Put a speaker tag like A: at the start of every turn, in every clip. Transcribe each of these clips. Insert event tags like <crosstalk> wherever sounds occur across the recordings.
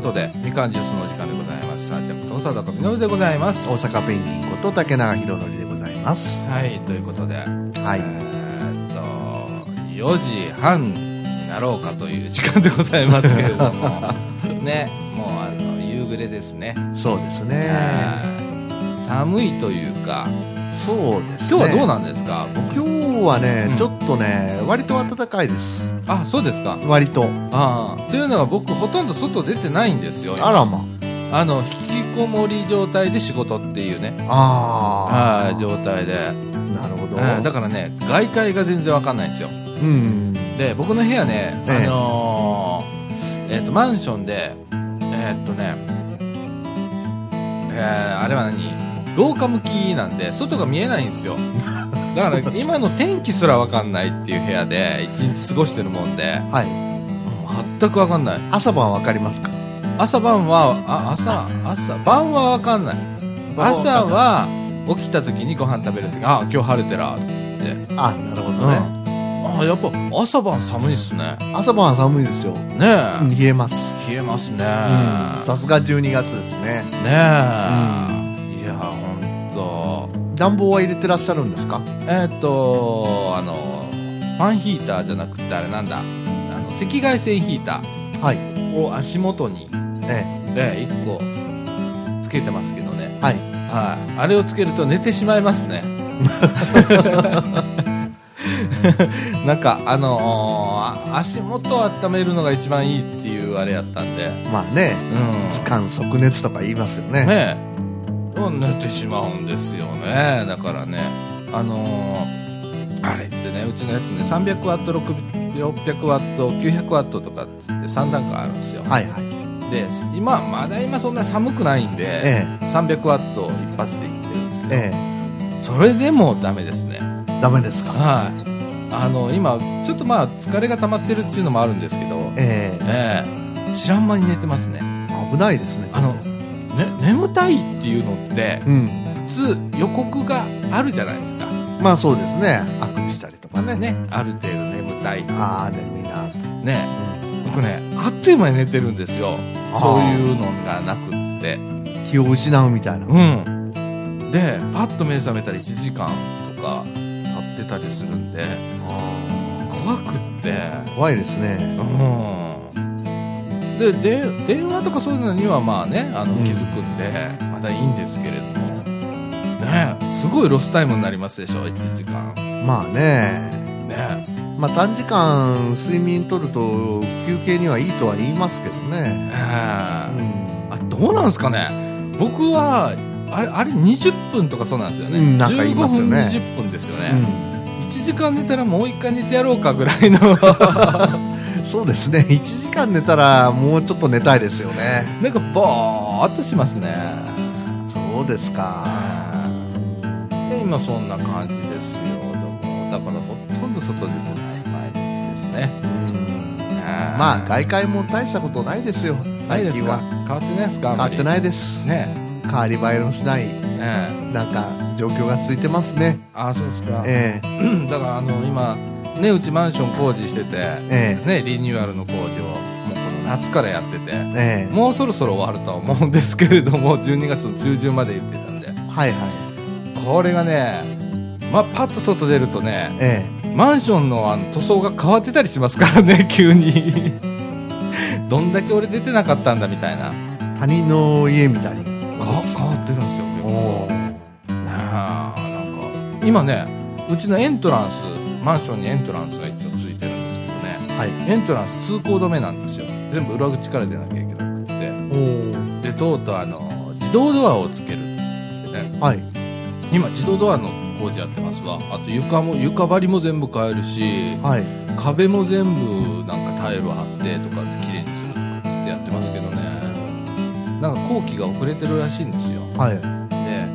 A: 間ジュースのお時間でございます。サーチャップと佐田富信でございます。
B: 大阪ペンギンこと竹永宏典でございます
A: はい、ということで、
B: はい
A: えーっと、4時半になろうかという時間でございますけれども、
B: <laughs>
A: ね、もうあの夕暮れですね。
B: そうですね
A: はい寒いというか、
B: そうですね
A: 今日はどうなんですか、僕
B: 今日はね、
A: うん
B: ちょっとね割と暖かいです
A: あ、そうですか。
B: 割と
A: ああというのは僕ほとんど外出てないんですよ
B: あらま
A: あの引きこもり状態で仕事っていうね
B: あ
A: はい状態で、
B: あなるほど
A: うんだからね外界が全然わかんないんですよ
B: うん
A: で僕の部屋ね、
B: ええ
A: あのーえっとマンションでえーっとね、えーあれは何廊下向きなんで外が見えないんですよだ <laughs> から今の天気すらわかんないっていう部屋で一日過ごしてるもんで
B: はい
A: 全くわかんない
B: 朝晩わかりますか
A: 朝晩はあ朝朝晩は分かんない朝は起きた時にご飯食べる時あ今日晴れてらって、
B: あなるほ
A: う
B: ど
A: ん
B: ね、
A: あやっぱ朝晩寒いっすね
B: 朝晩は寒いですよ
A: ねえ、
B: 冷えます
A: 冷えますね、
B: うんさすが12月ですね
A: ねえ、いやほんと
B: 暖房は入れてらっしゃるんですか
A: えっ、とあのファンヒーターじゃなくてあれなんだあの赤外線ヒータ
B: はい
A: ーを足元に
B: え
A: ね1個つけてますけどね
B: えはい
A: はい、あれをつけると寝てしまいます
B: <laughs>
A: ね。なんかあのーあ足元を温めるのが一番いいっていうあれやったんで、
B: まあね
A: うん、
B: 痴漢即熱とか言いますよね
A: ねえうん寝てしまうんですよねだからねあのーあれってねうちのやつね300ワット600ワット900ワットとかって3段階あるんですよ、
B: はいはい
A: で今まだ今そんな寒くないんで、
B: え
A: 300ワットを一発でいってるんですけど、
B: ええ
A: それでもダメですね。
B: えダメですか
A: はい。あの、今、ちょっとまあ、疲れが溜まってるっていうのもあるんですけど、
B: ええ
A: ええ知らん間に寝てますね。
B: 危ないですね
A: あの、ね、眠たいっていうのって、
B: うん
A: 普通予告があるじゃないですか。
B: まあそうですねあくびしたりとかね
A: ね、ある程度眠たい。
B: ああでみんな、
A: ね、僕ね、あっという間に寝てるんですよ。
B: あー
A: そういうのがなくって。
B: うん、気を失うみたいな、
A: うん。で、パッと目覚めたら1時間とか経ってたりするんで、
B: あ
A: 怖くって、
B: ー怖いですね
A: うんでで電話とかそういうのにはまあねあの
B: うん
A: 気づくんで、まだいいんですけれどもねすごいロスタイムになりますでしょ1時間
B: まあね
A: ね
B: まあ短時間睡眠とると休憩にはいいとは言いますけど
A: え
B: ね
A: え
B: うん
A: あどうなんですかね僕はあれあれ20分とかそうなんですよね,、
B: うんなんか言いますよね
A: 15分20分ですよ
B: う
A: ね、
B: ん
A: 1時間寝たらもう1回寝てやろうかぐらいの <laughs>
B: そうですね1時 <laughs> 間寝たらもうちょっと寝たいですよね
A: なんかボーっとしますね
B: そうですか
A: あーで今そんな感じですよどうもだからほとんど外出てない毎日ですね
B: うん
A: ま
B: まあ外界も大したことないですよ
A: ないです
B: 最近
A: か
B: は
A: 変わってないですか
B: 変わって
A: い
B: ないです
A: ね
B: 変わり映えのしない
A: ええ
B: なんか状況が続いてますね。
A: ああそうですか、
B: え
A: だからあの今ねうちマンション工事してて
B: ええ
A: ねリニューアルの工事をもうこの夏からやってて
B: ええ
A: もうそろそろ終わるとは思うんですけれども12月 <laughs> の中旬まで言ってたんで
B: えはいはい。
A: これがねまあパッと外出るとね
B: え
A: マンションのあの塗装が変わってたりしますからね、 <laughs> 急に。どんだけ俺出てなかったんだみたいな。
B: え他人の家みたいに。
A: か変わってるんですよ、結
B: お
A: 構。
B: お。
A: ねえなんか、今ね、うちのエントランス、マンションにエントランスが一応ついてるんですけどね、
B: はい。
A: エントランス通行止めなんですよ。全部裏口から出なきゃいけなくて。
B: お
A: で、とうとうあの、自動ドアをつけるってね。
B: お。はい。
A: 今、自動ドアの工事やってますわ。あと床も、床張りも全部変えるし、
B: はい。
A: 壁も全部なんかタイル貼ってとかって綺麗にするとかっつってやってますけどねなんか工期が遅れてるらしいんですよ
B: はい。
A: で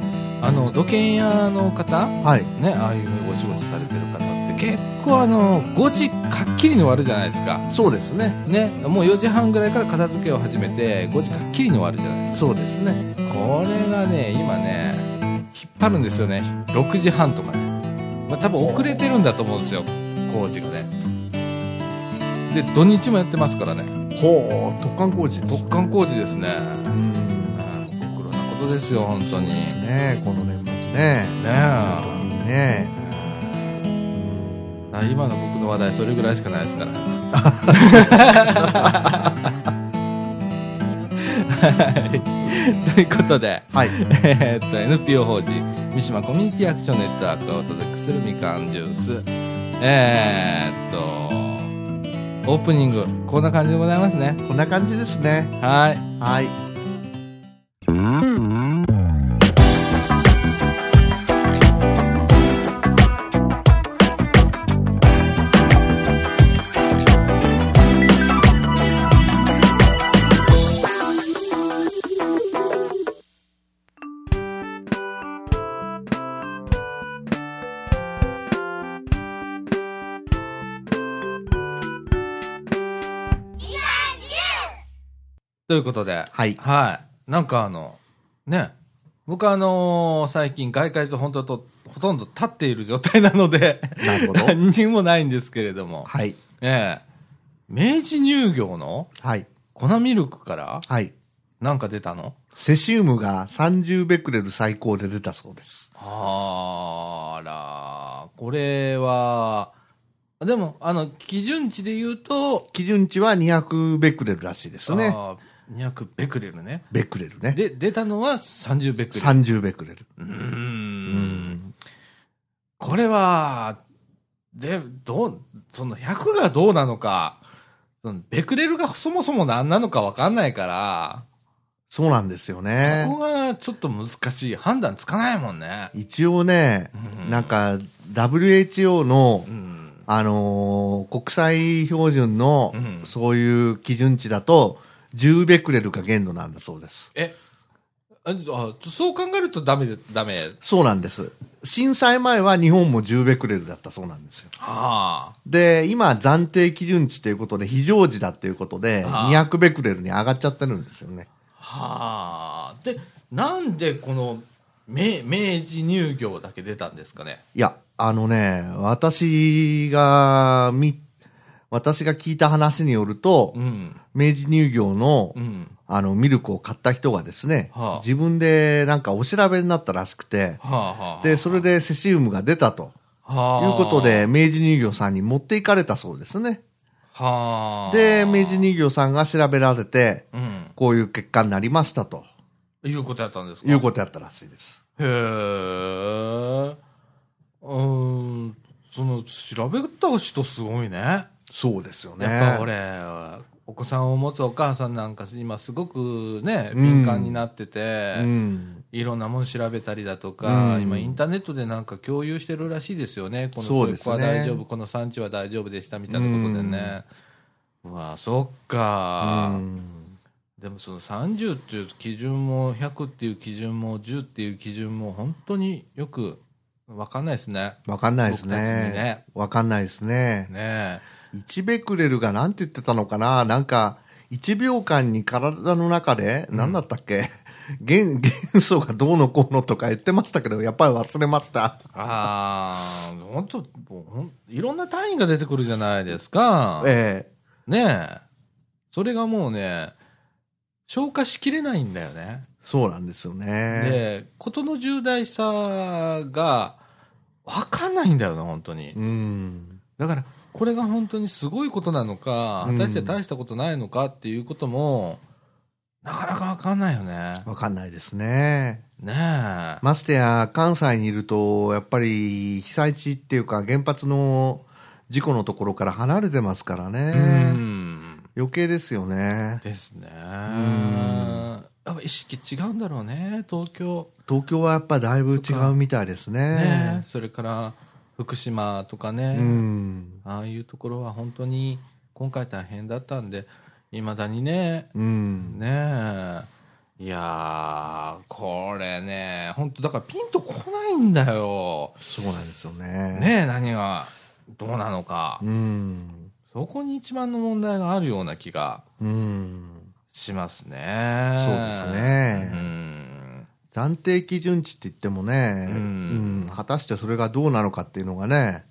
A: あの土建屋の方
B: はい。
A: ねああいうお仕事されてる方って結構あの5時かっきりに終わるじゃないですか
B: そうですね。
A: ねもう4時半ぐらいから片付けを始めて5時かっきりに終わるじゃないです
B: そうですね。
A: かこれがね今ね引っ張るんですよね6時半とかね、まあ、多分遅れてるんだと思うんですよ工事がねで土日もやってますからね
B: ほう突貫工事です
A: 突貫工事ですね、
B: うん
A: えーご苦労なことですよ本当に
B: そうです
A: ね
B: ねこの年末ね
A: え
B: 特にねうん
A: あ今の僕の話題それぐらいしかないですから <laughs> はいということで、
B: はい
A: えーっと NPO 法人三島コミュニティアクションネットワークがお届けするみかんジュースえーっとオープニングこんな感じでございますね
B: こんな感じですね
A: はい
B: はい
A: ということで
B: はい
A: はい。なんかあの、ね、僕あのー最近外界と本当と、ほとんど立っている状態なので、
B: なるほ
A: <laughs>
B: ど
A: 何にもないんですけれども、
B: はい
A: ええ明治乳業の
B: はい
A: 粉ミルクから
B: はい
A: なんか出たの
B: セシウムが30ベクレル最高で出たそうです
A: あら、これは、でも、あの、基準値で言うと、
B: 基準値は200ベクレルらしいですね
A: あー200ベクレルね。
B: ベクレルね
A: で、出たのは30ベクレル。
B: 30ベクレル
A: うー。
B: うん
A: これは、で、どう、その100がどうなのか、そのベクレルがそもそも何なのか分かんないから、
B: そうなんですよね
A: そこがちょっと難しい。判断つかないもんね。
B: 一応ね、
A: うん
B: なんか WHO の、
A: うん。
B: あのー国際標準の
A: うん
B: そういう基準値だと10ベクレルが限度なんだそうです。
A: え、ああそう考えるとダメで、ダメ。
B: そうなんです。震災前は日本も10ベクレルだったそうなんですよ。
A: はあ。
B: で、今暫定基準値ということで非常時だっていうことで
A: あ
B: 200ベクレルに上がっちゃってるんですよね。
A: はあ。で、なんでこの、明明治乳業だけ出たんですかね。
B: いや、あのね、私がみ、私が聞いた話によると、
A: うん。
B: 明治乳業の
A: うん。
B: あの、ミルクを買った人がですね、
A: はあ
B: 自分でなんかお調べになったらしくて、
A: はあ、はあ。
B: で、それでセシウムが出たとい
A: はあ
B: うこと、で、明治乳業さんに持っていかれたそうですね。
A: はあ。
B: で、明治乳業さんが調べられて、
A: うん。
B: こういう結果になりましたと
A: いうことやったんですか
B: いうことやったらしいです。
A: へえ。うーん。その、調べた人すごいね。
B: そうですよね。
A: やっぱ俺、お子さんを持つお母さんなんか今すごくね、敏感になってて、
B: うん。
A: いろんなもの調べたりだとか、
B: うん
A: 今インターネットでなんか共有してるらしいですよね。この
B: そう
A: こ
B: です
A: こ
B: ね
A: は大丈夫、この産地は大丈夫でしたみたいなことでね。うわあ、そっか。
B: うん
A: でもその30っていう基準も100っていう基準も10っていう基準も本当によく分かんないですね。
B: わかんないです
A: 僕たちに
B: ね。
A: ね。
B: わかんないですね。
A: ね
B: 1ベクレルがなんて言ってたのかななんか、1秒間に体の中で、何だったっけ、元元素がどうのこうのとか言ってましたけど、やっぱり忘れました。
A: え。ああ、本当もうほんいろんな単位が出てくるじゃないですか。
B: え
A: ねえ。それがもうね、消化しきれないんだよね。
B: えそうなんですよね。
A: で、事の重大さが分かんないんだよな、本当に。
B: うん。
A: だから、これが本当にすごいことなのか、
B: うん
A: 果たして大したことないのかっていうことも、なかなかわかんないよね。
B: わかんないですね。
A: ねえ。
B: ましてや、関西にいると、やっぱり被災地っていうか、原発の事故のところから離れてますから
A: う
B: ね。
A: ん。
B: 余計ですよね。
A: ですね。
B: ん
A: やっぱ意識違うんだろうね、東京。
B: 東京はやっぱだいぶ違うみたいです
A: ね
B: ね
A: え。。それから、福島とかね。
B: うん。
A: ああいうところは本当に、今回大変だったんで、いまだにね、
B: うん。
A: ねえ。いやー、これね、本当だからピンとこないんだよ。
B: そうなんですよね。
A: ねえ、何がどうなのか。
B: うん。
A: そこに一番の問題があるような気が
B: うん。
A: しますね。
B: そうですね
A: うん。
B: 暫定基準値って言ってもね、
A: う
B: うんん、果たしてそれがどうなのかっていうのがね、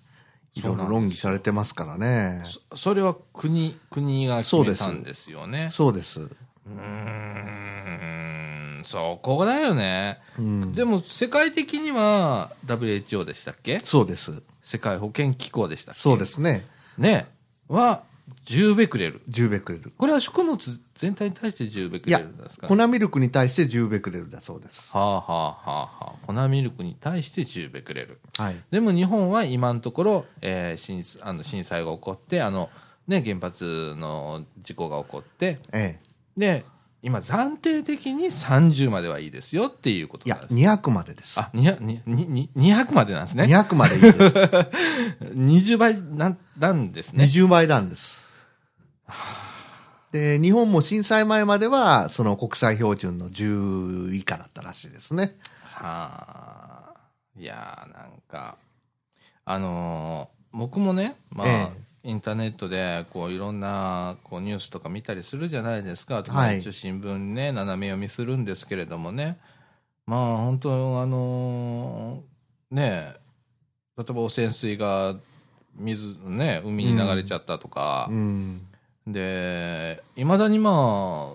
B: いろいろ論議されてますからね。
A: そそれは国国が決めたんですよね
B: そうです。
A: うーんそこだよね、
B: うん
A: でも世界的には WHO でしたっけ
B: そうです。
A: 世界保健機構でしたっけ
B: そうですね。
A: ねは10ベクレル
B: 10ベクレル。
A: これは食物全体に対して10ベクレ
B: いや
A: ルなんです、かね
B: 粉ミルクに対して10ベクレルだそうです。
A: はあはあはあはあ粉ミルクに対して10ベクレル
B: はい。
A: でも日本は今のところ、えー震災あの震災が起こってあの、ね、原発の事故が起こって
B: ええ。
A: で今暫定的に30まではいいですよっていうこと
B: い
A: なん
B: や
A: で、す
B: 200までです。
A: あ200ににに200までなんですね
B: 200までいい <laughs> です。
A: 20倍なんなんですね
B: 20倍なんです。で、日本も震災前までは、その国際標準の10以下だったらしいですね。
A: はあいやーなんかあのー僕もねまあ、
B: え
A: インターネットでこういろんなこうニュースとか見たりするじゃないですか、
B: はい
A: 一応新聞ね斜め読みするんですけれどもねまあ本当あのーねえ例えば汚染水が水ね海に流れちゃったとか、
B: うん。
A: でいまだにまあ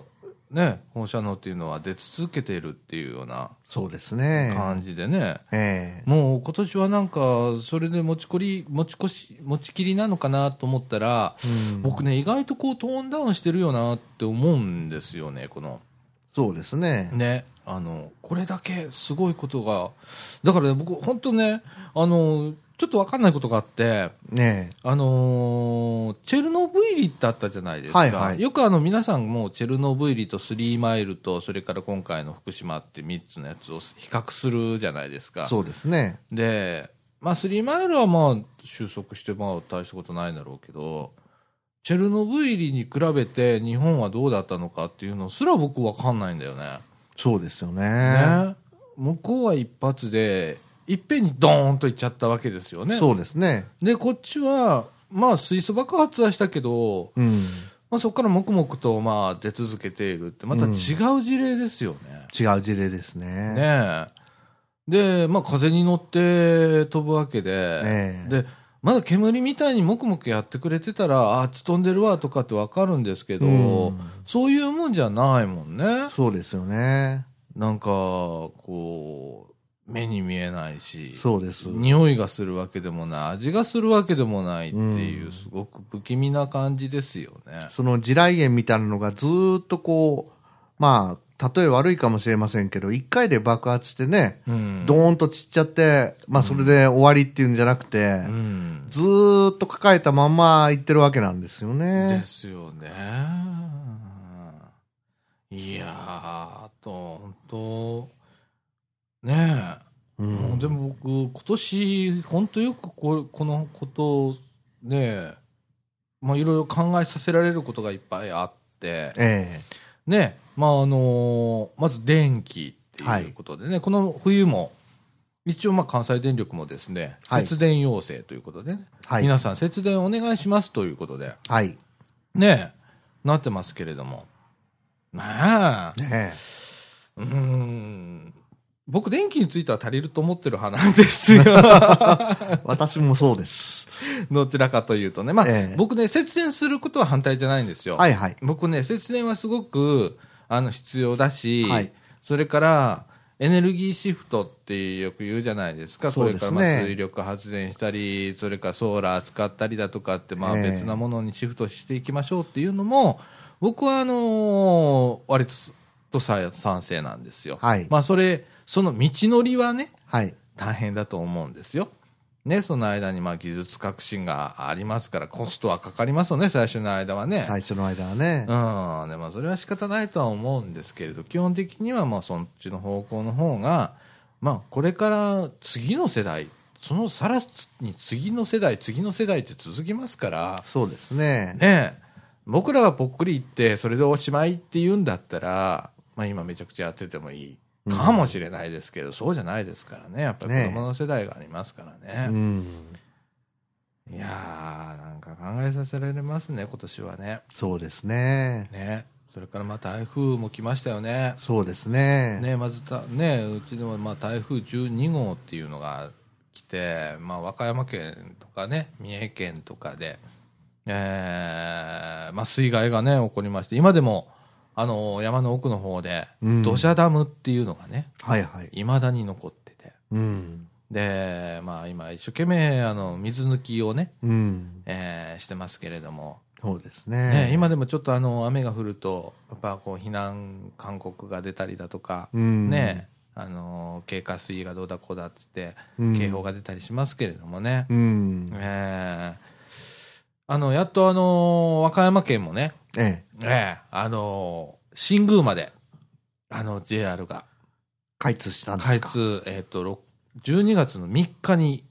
A: ね放射能っていうのは出続けているっていうような
B: そうですね。
A: 感じでね、
B: ええ。
A: もう今年はなんかそれで持ちこり持ち越し持ちきりなのかなと思ったら、
B: うん
A: 僕ね意外とこうトーンダウンしてるよなって思うんですよねこの
B: そうですね。
A: ねあのこれだけすごいことがだから、ね、僕本当ねあのちょっと分かんないことがあって。
B: ね
A: あのーチェルノブイリってあったじゃないですか、
B: はいはい
A: よくあの皆さんもチェルノブイリとスリーマイルとそれから今回の福島って3つのやつを比較するじゃないです
B: え。
A: か
B: そうですね。
A: で、まあ、スリーマイルはまあ収束してまあ大したことないんだろうけどチェルノブイリに比べて日本はどうだったのかっていうのすら僕分かんないんだよね。
B: そうですよね。
A: ね向こうは一発でいっぺんにドーンといっちゃったわけですよね。
B: そうですね。
A: でこっちはまあ水素爆発はしたけど、
B: うん。
A: まあ、そこから黙々とまあ出続けているってまた違う事例ですよね。
B: 違う事例ですね。
A: ねえで、まあ、風に乗って飛ぶわけで,、
B: ええ
A: でまだ煙みたいにもくもくやってくれてたらあっち飛んでるわとかって分かるんですけど、
B: うん
A: そういうもんじゃないもんね
B: そうですよね。
A: なんかこう目に見えないし
B: そうです。
A: 匂いがするわけでもない味がするわけでもないっていう、
B: うん
A: すごく不気味な感じですよね。
B: その地雷原みたいなのがずーっとこう、まあ、例え悪いかもしれませんけど、一回で爆発してね、
A: うん
B: ドーンと散っちゃって、まあそれで終わりっていうんじゃなくて、
A: うん
B: ずーっと抱えたまんま行ってるわけなんですよ
A: で
B: ね。
A: すよね。いやー、あと、本当ね
B: う、
A: え、もうんでも僕、今年、本当よくこれこのことを、ねえ、まあ、いろいろ考えさせられることがいっぱいあって、
B: え
A: ねえ、まあ、あのーまず電気っていうことでね、この冬も、一応、まあ、関西電力もですね、
B: はい
A: 節電要請ということでね、
B: えはい。
A: 皆さん節電お願いしますということで、
B: はい。
A: ねえ、なってますけれども。ねえ。
B: ねえ。
A: うーん。僕、電気については足りると思ってる派なんですよ。
B: 私もそうです。
A: どちらかというとね。まあ、
B: ええ
A: 僕ね、節電することは反対じゃないんですよ。
B: はいはい。
A: 僕ね、節電はすごく、あの、必要だし、
B: はい
A: それから、エネルギーシフトってよく言うじゃないですか。
B: そうですね
A: これからまあ水力発電したり、それからソーラー使ったりだとかって、まあ
B: ええ
A: 別なものにシフトしていきましょうっていうのも、僕はあのー割とさ賛成なんですよ。
B: はい
A: まあそれ、その道のりはね、
B: はい。
A: 大変だと思うんですよ。ね、その間にまあ技術革新がありますから、コストはかかりますよね、最初の間はね。
B: 最初の間はね。
A: うん、でまあそれは仕方ないとは思うんですけれど、基本的にはまあそっちの方向の方が、まあこれから次の世代、そのさらに次の世代、次の世代って続きますから、
B: そうですね。
A: ねえ、僕らがぽっくり言って、それでおしまいって言うんだったら、まあ今めちゃくちゃやっててもいいかもしれないですけど、そうじゃないですからね。やっぱり
B: ねえ
A: 子供の世代がありますから
B: う
A: ね。
B: ん。
A: いやー、なんか考えさせられますね、今年はね。
B: そうですね。
A: ねそれからまあ台風も来ましたよね。
B: そうですね。
A: ねまずた、ねうちでもまあ台風12号っていうのが来て、まあ、和歌山県とかね、三重県とかで、えーまあ、水害がね、起こりまして、今でも、あの、山の奥の方で、
B: うん
A: 土砂ダムっていうのがね、
B: はいはい。
A: 未だに残ってて、
B: うん。
A: で、まあ、今、一生懸命、あの、水抜きをね、
B: うん。
A: えーしてますけれども、
B: そうです
A: ね
B: ね。、
A: 今でもちょっとあの雨が降ると、やっぱこう避難勧告が出たりだとか、
B: うん
A: ね、あの経過水位がどうだこうだっつって、
B: うん
A: 警報が出たりしますけれどもね、
B: うん。
A: ええあのやっとあの和歌山県もね、
B: ええ。
A: ええあの新宮まであの JR が
B: 開通したんで
A: 開
B: すか。
A: 通、えっとろく12月の3日に、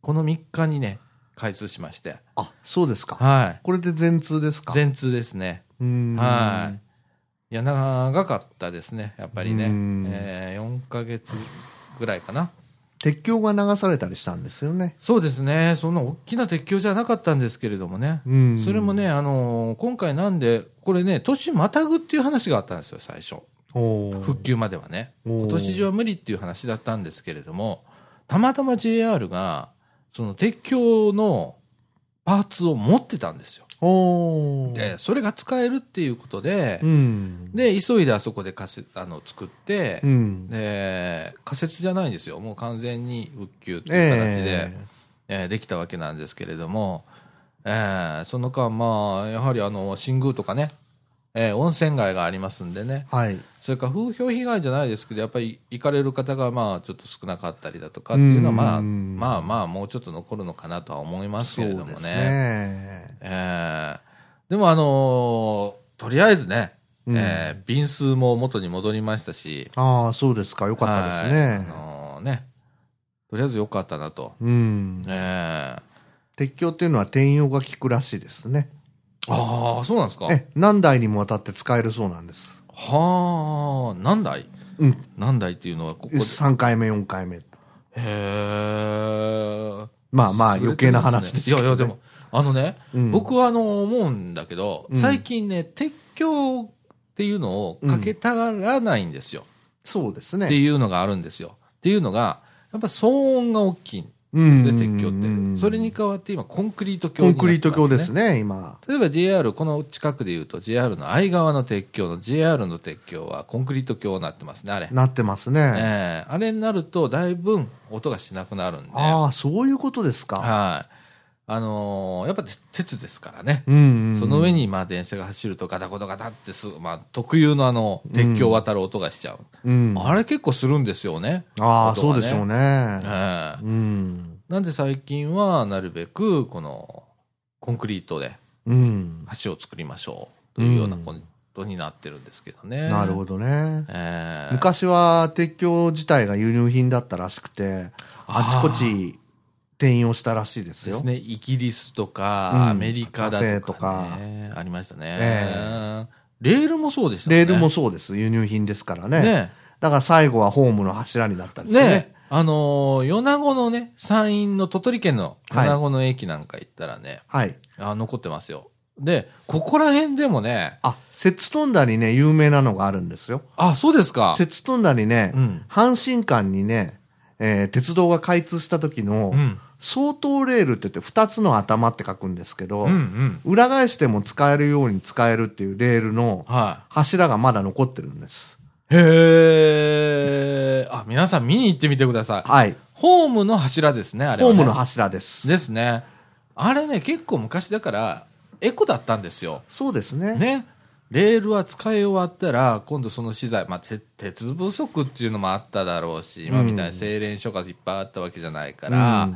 A: この3日にね、開通しまして、
B: あ、そうですか。
A: は
B: これで全通ですか
A: い、全通ですね。
B: うん。
A: はい。いや、長かったですね、やっぱりね
B: うん。
A: えー、4ヶ月ぐらいかな。
B: 鉄橋が流されたりしたんですよね。
A: そうですね、そんな大きな鉄橋じゃなかったんですけれどもね。
B: うん
A: それもね、あのー今回なんで、これね、年またぐっていう話があったんですよ、最初。
B: おー
A: 復旧まではね。
B: おー
A: 今年中は無理っていう話だったんですけれども、たまたま JR が、その鉄橋のパーツを持ってたんですよ。
B: おー
A: で、それが使えるっていうことで、
B: うん。
A: で、急いであそこで仮設あの作って、
B: うん。
A: で仮設じゃないんですよ、もう完全に復旧っていう形で、
B: え
A: えーできたわけなんですけれども、えーその間、まあ、やはりあの新宮とかね、えー温泉街がありますんでね、
B: えはい。
A: それから風評被害じゃないですけど、やっぱり行かれる方がまあちょっと少なかったりだとかっていうのは、まあ、
B: うん
A: まあまあ、もうちょっと残るのかなとは思いますけれども
B: そうです
A: ね。
B: ね。
A: えーでも、あのーとりあえずね、
B: うん
A: えー便数も元に戻りましたし、
B: ああ、そうですか。よかったです
A: はい
B: ね
A: あ。のーね、とりあえず良かったなと。
B: うん。
A: えー
B: 鉄橋っていうのは転用が効くらしいですね。
A: ああ、そうなんですか。
B: え、何台にもわたって使えるそうなんです。
A: はあ、何台
B: うん。
A: 何台っていうのはここで。
B: 3回目、4回目。
A: へえ。
B: まあまあ
A: それ
B: 余計な話ですけどね
A: いやいや、でも、あのね、
B: うん
A: 僕はあの、思うんだけど、
B: うん
A: 最近ね、鉄橋っていうのをかけたがらないんですよ。
B: そうです
A: って
B: ね。
A: いうのがあるんですよ。っていうのが、やっぱ騒音が大きいんで
B: う
A: すね、
B: ん
A: 鉄橋って。それに代わって今、コンクリート橋に
B: コ
A: な
B: ン
A: ってますね
B: クリート橋ですね、今。
A: 例えば JR、この近くで言うと JR の相川の鉄橋の JR の鉄橋はコンクリート橋になってますね、あれ。
B: なってますね。
A: ええあれになるとだいぶ音がしなくなるんで。
B: ああ、そういうことですか。
A: はい。あのーやっぱ鉄鉄ですからね。
B: うん。
A: その上。にまあ電車が走るとガタゴタガタってすぐ、まあ特有のあの鉄橋を渡る音がしちゃう。
B: うん。
A: あれ結構するんですよね。
B: あ
A: 音
B: あ、そ
A: が
B: うでしょう
A: え
B: ね。
A: え
B: うん。
A: なんで最近はなるべくこのコンクリートで
B: うん。
A: 橋を作りましょうというような
B: うん
A: ことになってるんですけどね。
B: なるほ
A: ど。
B: どね。
A: えー、
B: 昔は鉄橋自体が輸入品だったらしくて、あちこち転用したらしいです
A: で
B: よ。
A: すね、イギリスとか、
B: うん
A: アメリカだとか,、ねありましたね、
B: え
A: レールもそうでしたね。
B: レールもそうです。輸入品ですからね。
A: ね
B: だから最後はホームの柱になったりして
A: ね
B: ね。
A: あのー米子のね、山陰の鳥取県の
B: はい
A: 米子の駅なんか行ったらね、
B: はい。
A: あ残ってますよ。で、ここら辺でもね、
B: あ、摂津飛んだにね、有名なのがあるんですよ。
A: あ、そうですか。
B: 摂津飛んだにね、
A: うん
B: 阪神間にね、えー鉄道が開通した時の
A: う、ん。
B: 相当レールって言って2つの頭って書くんですけど、
A: うんうん。
B: 裏返しても使えるように使えるっていうレールの
A: は
B: 柱がまだ残ってるんです。
A: い。へえ。あ、皆さん見に行ってみてください。
B: はい。
A: ホームの柱ですね、あれ
B: ホ
A: は、
B: ー
A: ね。
B: ムの柱です。
A: ですね。あれね、結構昔だから、エコだったんですよ。
B: そうですね。
A: ね。レールは使い終わったら、今度その資材、まあ、て鉄不足っていうのもあっただろうし、今みたいに精錬所がいっぱいあったわけじゃないから、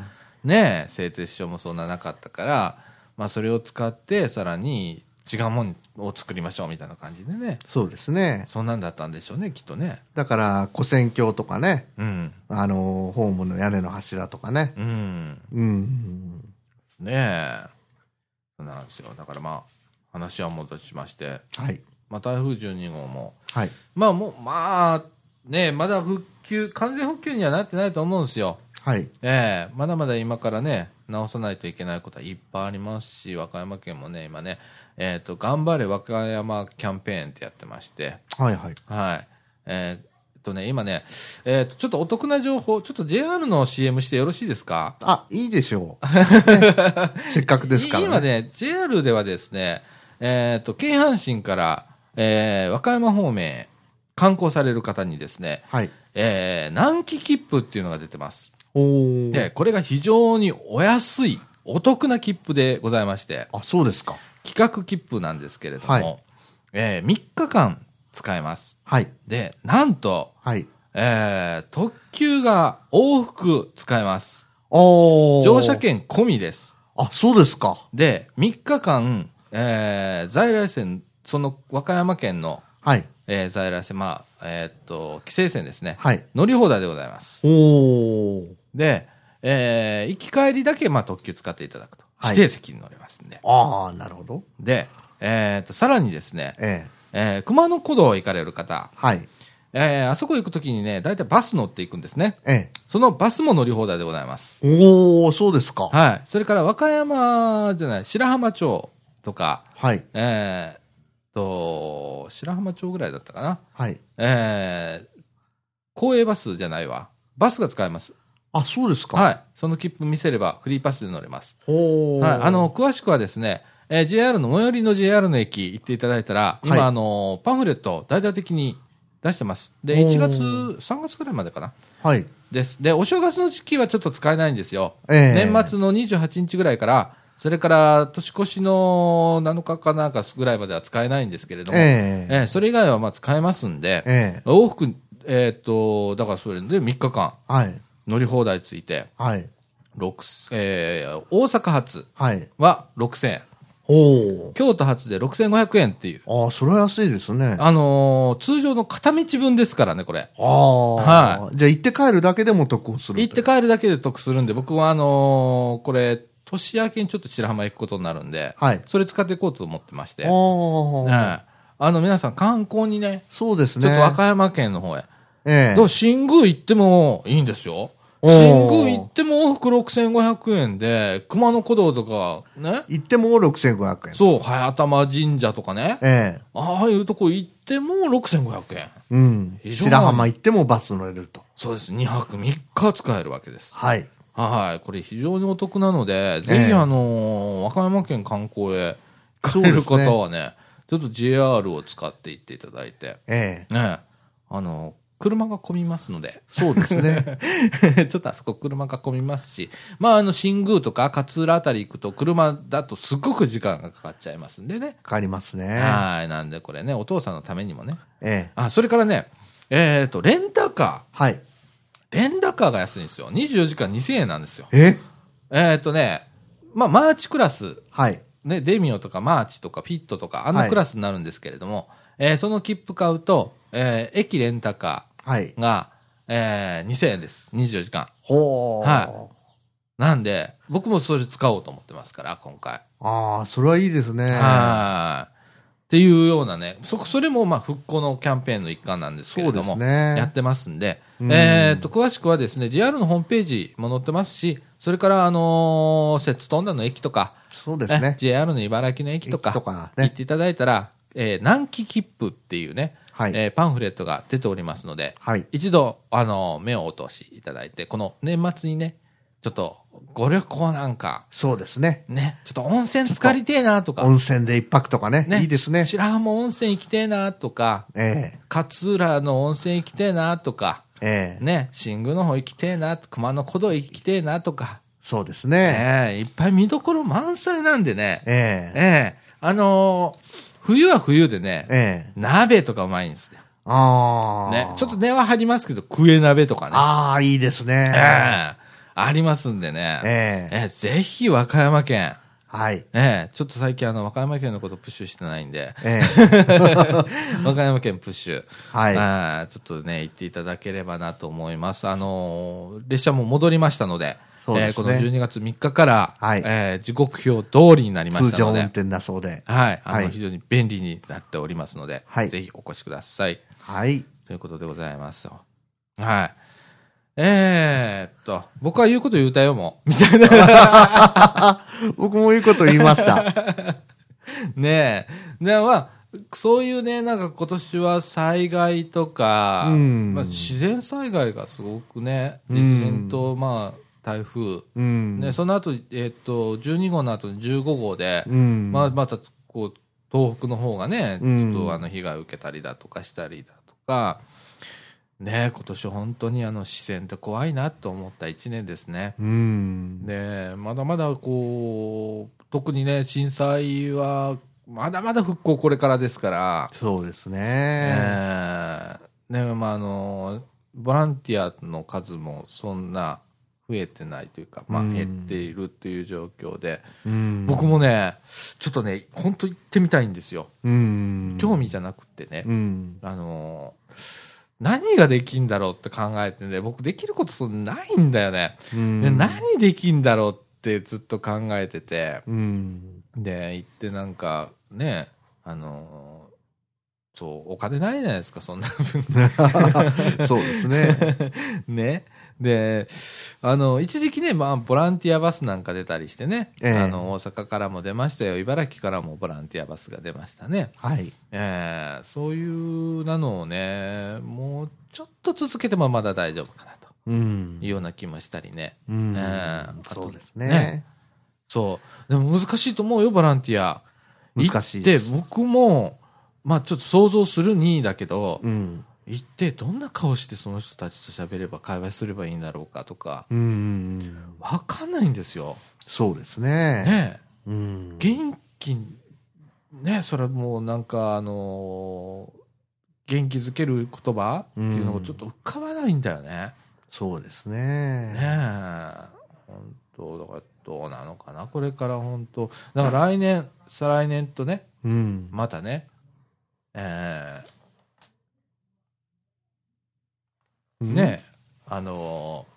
A: ねえ、製鉄所もそんななかったから、まあ、それを使って、さらに違うもんを作りましょうみたいな感じでね、
B: そうですね。
A: そんなんだったんでしょうね、きっとね。
B: だから、古戦橋とかね、
A: うん。
B: あのーホームの屋根の柱とかね。
A: うん。
B: うん。
A: ですね。そうなんですよ。だからまあ、話は戻しまして、
B: はい。
A: まあ、台風12号も、
B: はい。
A: まあもう、まあ、ね、まだ復旧、完全復旧にはなってないと思うんですよ。
B: はい。
A: ええまだまだ今からね、直さないといけないことはいっぱいありますし、和歌山県もね、今ね、えっ、と、頑張れ和歌山キャンペーンってやってまして、
B: はいはい。
A: はい。えーとね、今ね、えっと、ちょっとお得な情報、ちょっと JR の CM してよろしいですか
B: あ、いいでしょう。ね
A: <laughs>
B: せっかくですから、
A: い今ね、JR ではですね、えっと、京阪神から、えー和歌山方面へ観光される方にですね、
B: はい。
A: えー南紀切符っていうのが出てます。
B: おー
A: で、これが非常にお安い、お得な切符でございまして、
B: あ、そうですか。
A: 企画切符なんですけれども、
B: はい
A: え3日間使えます。
B: はい。
A: で、なんと、
B: はい。
A: えー特急が往復使えます。
B: おー
A: 乗車。券込みです。
B: あ、そうですか。
A: で、3日間、えー在来線、その和歌山県の、
B: はい。
A: えー在来線、まあ、えーっと、規制線ですね。
B: はい。
A: 乗り放題でございます。
B: おー
A: で、えー行き帰りだけ、まあ、特急使っていただくと。
B: はい
A: 指定席に乗れますんで。
B: ああ、なるほど。
A: で、えーっと、さらにですね、
B: ええ。
A: えー熊野古道行かれる方、
B: はい。
A: えーあそこ行くときにね、大体バス乗っていくんですね。
B: ええ。
A: そのバスも乗り放題でございます。
B: おーそうですか。
A: はい。それから和歌山じゃない、白浜町とか、
B: はい。
A: えー、と、白浜町ぐらいだったかな。
B: はい。
A: えー、公営バスじゃないわ。バスが使えます。
B: あ、そうですか。。
A: はいい。その切符見せればフリーパスで乗れます。
B: おー
A: はい。あの、、詳しくはですね、えー JR の、最寄りの JR の駅行っていただいたら、今、
B: はい
A: あの、パンフレットを大々的に出してます。で、
B: おー
A: 1月、3月ぐらいまでかな。
B: はい。
A: です。で、お正月の時期はちょっと使えないんですよ。
B: ええ
A: 年末の28日ぐらいから、それから年越しの7日かなんかぐらいまでは使えないんですけれども、
B: ええ
A: ええそれ以外はまあ使えますんで、
B: ええ
A: 往復、えーっと、だからそれで3日間
B: はい。
A: 乗り放題ついて、
B: はい。
A: 六えー大阪発
B: はい。
A: は6000円、
B: お
A: 京都発で6500円っていう、
B: お。ああ、それは安いですね。あ
A: あのー通常の片道分ですからね、これ。
B: あー。
A: は
B: じゃあ行って帰るだけでも得をするという。
A: 行って帰るだけで得するんで、僕はあのーこれ、年明けにちょっと白浜行くことになるんで、
B: はい
A: それ使っていこうと思ってまして、
B: あー
A: ええあの皆さん、観光にね、
B: そうです
A: ちょ
B: ね。
A: っと和歌山県の方へ、
B: ええ
A: どう新宮行ってもいいんですよ、
B: おー
A: 新宮行っても往復6500円で、熊野古道とかね、
B: 行っても6500円。
A: そう、早玉神社とかね、
B: ええ
A: ああいうとこ行っても6500円、
B: うん。
A: 非常に
B: 白浜行ってもバス乗れると。
A: そうです、2泊3日使えるわけです。
B: はい。
A: はい、これ非常にお得なので、
B: え
A: ぜひあのー和歌山県観光へ行かれる
B: そうですね
A: 方はね、ちょっと JR を使って行っていただいて、
B: ええ
A: ね、あのー車が混みますので、
B: そうですね。
A: <laughs> ちょっとあそこ車が混みますし、まあ、あの、新宮とか勝浦あたり行くと車だとすっごく時間がかかっちゃいますんでね。
B: かかりますね。
A: はい、なんでこれね、お父さんのためにもね。
B: ええ
A: あ、それからね、えっ、と、レンタカ
B: はい。
A: ー、レンタカーが安いんですよ。24時間2000円なんですよ。
B: え
A: えっ、とね、まあ、マーチクラス、
B: はい。
A: ね、デミオとかマーチとかピットとか、あ
B: は
A: の
B: い
A: クラスになるんですけれども、えーその切符買うと、えー駅レンタカ
B: はい
A: ー。が、えー2000円です。24時間。
B: ほう。
A: はなんで、僕もそれ使おうと思ってますから、今回。
B: ああ、それはいいですね。
A: はい。っていうようなね、そ、それもまあ復興のキャンペーンの一環なんですけれども、
B: そうですね
A: やってますんで、
B: うん
A: えーっと、詳しくはですね、JR のホームページも載ってますし、それから、あのー、摂津飛んだの駅とか、
B: そうですね
A: ね。JR の茨城の駅とか
B: 駅とかね
A: 行っていただいたら、えー南紀切符っていうね、
B: はい
A: えーパンフレットが出ておりますので、
B: はい
A: 一度、あのー目を落としいただいてこの年末にねちょっとご旅行なんか
B: そうですね。
A: ねちょっと温泉浸かりてえなとか
B: 温泉で一泊とかね。いいですね。
A: 白浜温泉行きてえなとか
B: え
A: 勝浦の温泉行きてえなとか
B: えええ
A: ね新宮の方行きてえな熊野古道行きてえなとか、
B: そうですね。
A: ねいっぱい見どころ満載なんでね
B: ええ
A: ええあのー冬は冬でね、
B: ええ
A: 鍋とかうまいんですよ。
B: ああ。
A: ね、ちょっと値は張りますけど、クエ鍋とかね。
B: ああ、いいです
A: え
B: ね。
A: えありますんでね。
B: ええ
A: ええぜひ和歌山県。
B: はい。
A: ええちょっと最近あの、和歌山県のことプッシュしてないんで、
B: ええ
A: <laughs> 和歌山県プッシュ。
B: はい
A: ああちょっとね、行っていただければなと思います。あのー列車も戻りましたので、
B: そうですね
A: ええこの12月3日から、
B: はい
A: ええ時刻表通りになりま
B: 通
A: した
B: 常
A: の
B: 運
A: で。
B: 転だそうで。
A: はい、あの、
B: はい
A: 非常に便利になっておりますので、
B: はい
A: ぜひお越しください
B: はい。
A: <laughs> ということでございますよ。はい。えー、っと、僕は言うこと言うたよ、もう。み <laughs> たいな。
B: 僕もいいこと言いました。
A: ねえ。では、そういうね、なんか今年は災害とか、
B: う
A: <laughs>
B: ん
A: まあ、自然災害がすごくね、地震と、まあ、台風、
B: うん。
A: ね、その後、えっ、と、12号の後に15号で、
B: うん。
A: まあ、また、こう、東北の方がね、ち
B: うん
A: ょっとあの被害を受けたりだとかしたりだとか、ね、今年本当にあの自然って怖いなと思った1年ですね。
B: うん。
A: ねまだまだこう、特にね、震災は、まだまだ復興これからですから、
B: そうです
A: ね
B: ね。
A: ねまああの、ボランティアの数もそんな増えてないというか、まあ
B: うん
A: 減っているという状況で、
B: うん。
A: 僕もね、ちょっとね、本当行ってみたいんですよ。
B: うん。
A: 興味じゃなくてね、
B: うん。
A: あの、何ができんだろうって考えてね、僕できることそんなないんだよね。
B: うん。
A: で何できんだろうってずっと考えてて、 <laughs>
B: うん。
A: で、行ってなんかね、あのーそう、お金ないじゃないですか、そんな <laughs> 分。
B: そうですね。
A: ね。で、あの、一時期ね、まあ、ボランティアバスなんか出たりしてね、
B: ええ
A: あの、大阪からも出ましたよ、茨城からもボランティアバスが出ましたね。
B: はい。
A: ええそういうなのをね、もうちょっと続けてもまだ大丈夫かなと
B: うん
A: いう。ような気もしたりね。
B: うん
A: ねえ
B: そうです
A: ね
B: ね。
A: そう。でも難しいと思うよ、ボランティア。
B: 難しいです
A: 行って、僕も、まあちょっと想像するにだけど、
B: うん。
A: 行ってどんな顔してその人たちと喋れば、会話すればいいんだろうかとか、
B: うん。
A: わかんないんですよ。
B: そうですね。
A: ねえ
B: うん。
A: 元気に、ねえそれはもうなんかあのー元気づける言葉っていうのがちょっと浮かばないんだよね。
B: そうです
A: ね
B: ね。
A: え。本当だからどうなのかなこれから本当だから来年、再来年とね、
B: うん。
A: またね、えーね、あのー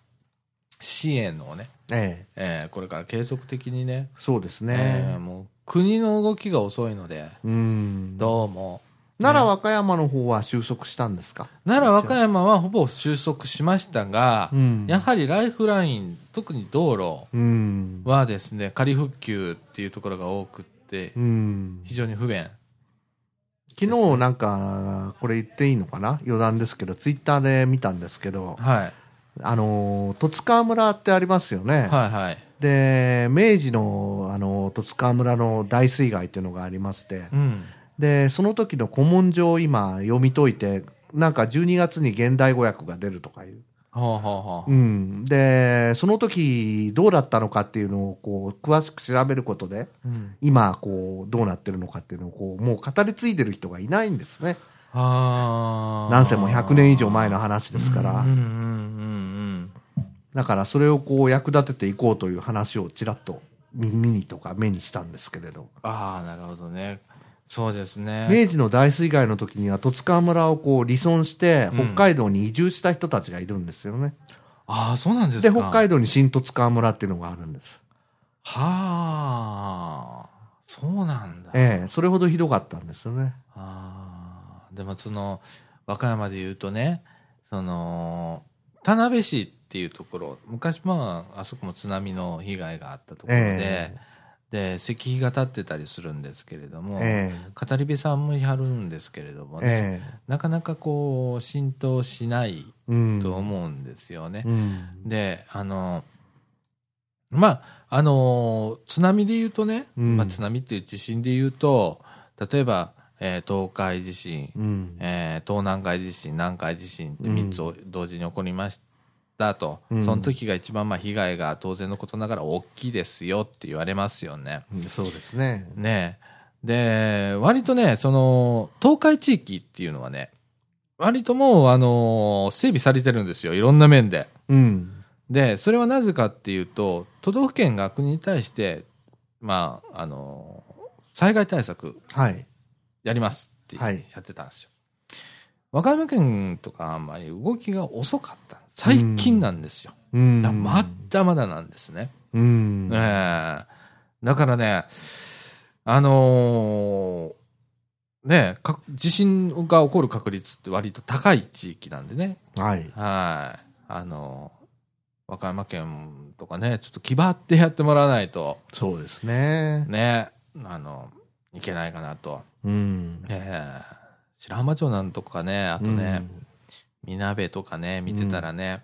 A: 支援をね、
B: ええ。
A: えーこれから継続的にね、
B: そうです
A: えー
B: ね。
A: もう国の動きが遅いので、
B: うん。
A: どうも。
B: 奈良和歌山の方は収束したんですか
A: 奈良和歌山はほぼ収束しましたが、
B: うん。
A: やはりライフライン、特に道路
B: うん。
A: はですね、仮復旧っていうところが多くって、
B: うん。
A: 非常に不便。
B: 昨日なんか、これ言っていいのかな余談ですけど、ツイッターで見たんですけど、
A: はい。
B: あのー、十津川村ってありますよね。
A: はいはい。
B: で、明治の、あのー、十津川村の大水害っていうのがありまして、
A: うん。
B: で、その時の古文書を今読み解いて、なんか12月に現代語訳が出るとかいう。
A: ほうほうほう。
B: うん。で、その時どうだったのかっていうのをこう、詳しく調べることで、
A: うん、
B: 今こうどうなってるのかっていうのをこうもう語り継いでる人がいないんですね
A: あー
B: なんせもう100年以上前の話ですから、
A: うんうんうん
B: だからそれをこう役立てていこうという話をちらっと耳にとか目にしたんですけれど、
A: ああなるほどねそうですね
B: 明治の大水害の時には十津川村をこう離村して
A: うん
B: 北海道に移住した人たちがいるんですよね、
A: ああそうなんです
B: で
A: か
B: 北海道に新十津川村っていうのがあるんです、
A: はあそうなんだ
B: ええ、それほどひどかったんですよね
A: ああでもその和歌山で言うとねその田辺市っていうところ昔まああそこも津波の被害があったところで、
B: え
A: で石碑が立ってたりするんですけれども、
B: え
A: 語り部さんもやるんですけれども
B: え
A: ね、
B: え
A: なかなかこう浸透しない
B: えうん
A: と思うんですよね。
B: うん
A: で、あの、まあ、あの、津波で言うとね、
B: うん
A: まあ、津波っていう地震で言うと、例えば、えー東海地震、
B: うん
A: えー東南海地震、南海地震って3つを同時に起こりましたと、
B: うん
A: その時が一番まあ被害が当然のことながら大きいですよって言われますよね。
B: うんそうですね
A: ねえ。で、割とね、その、東海地域っていうのはね、割ともう、あの、整備されてるんですよ。いろんな面で。
B: うん
A: で、それはなぜかっていうと、都道府県が国に対して、まあ、あの、災害対策
B: はい
A: やりますって
B: はい
A: やってたんですよ。和歌山県とかあんまり動きが遅かった。最近なんですよ。
B: うん
A: だまだまだなんですね。
B: うん
A: ええだからね、あのーねか地震が起こる確率って割と高い地域なんでね、
B: はい。
A: はい。あのー和歌山県とかね、ちょっと気張ってやってもらわないと、
B: そうですね。
A: ね、あのいけないかなと。
B: うん。
A: ねえ白浜町なんとかね、あとね、みなべとかね、見てたらね、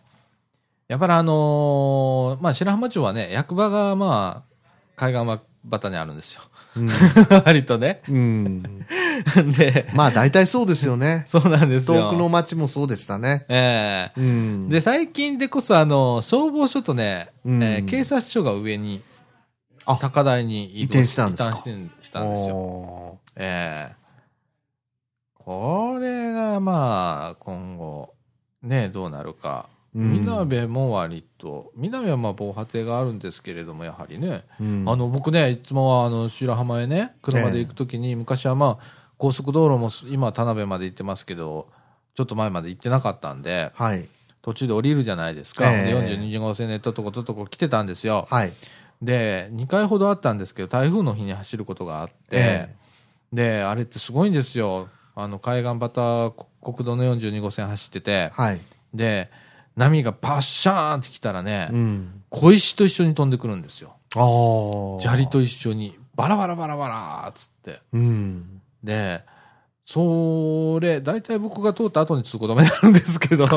A: やっぱりあのーまあ、白浜町はね、役場がまあ、海岸は端にあるんですよ。
B: うん。
A: <laughs> 割とね。
B: うん。うん
A: で、
B: まあ大体そうですよ
A: <laughs>
B: ね。
A: そうなんですよ。
B: 遠くの町もそうでしたね。
A: ええ
B: うん。
A: で、最近でこそ、あの、消防署とね、
B: うん
A: えー警察署が上に、
B: あ
A: 高台に移動
B: 移転したんですか
A: 移転してしたんですよ。
B: よ。
A: ええこれが、まあ、今後、ね、どうなるか。
B: うん
A: みな、べも割と、みなべはまあ、防波堤があるんですけれども、やはりね、
B: うん
A: あ、の、僕ね、いつもは、あの、白浜へね、車で行くときに、昔はまあ、高速道路も、今、田辺まで行ってますけど、ちょっと前まで行ってなかったんで、
B: はい。
A: 途中で降りるじゃないですか、
B: ええ
A: で42号線でとっとことっとこ来てたんですよ、
B: はい。
A: で2回ほどあったんですけど台風の日に走ることがあって、
B: え
A: であれってすごいんですよあの海岸バター国道の42号線走ってて
B: はい。
A: で波がパッシャーンって来たらね、
B: うん。
A: 小石と一緒に飛んでくるんですよ
B: ああ。
A: 砂利。と一緒にバラバラバラバラーっつって
B: うん。
A: でそれ大体僕が通った後に通行止めになるんですけ
B: <laughs>
A: ど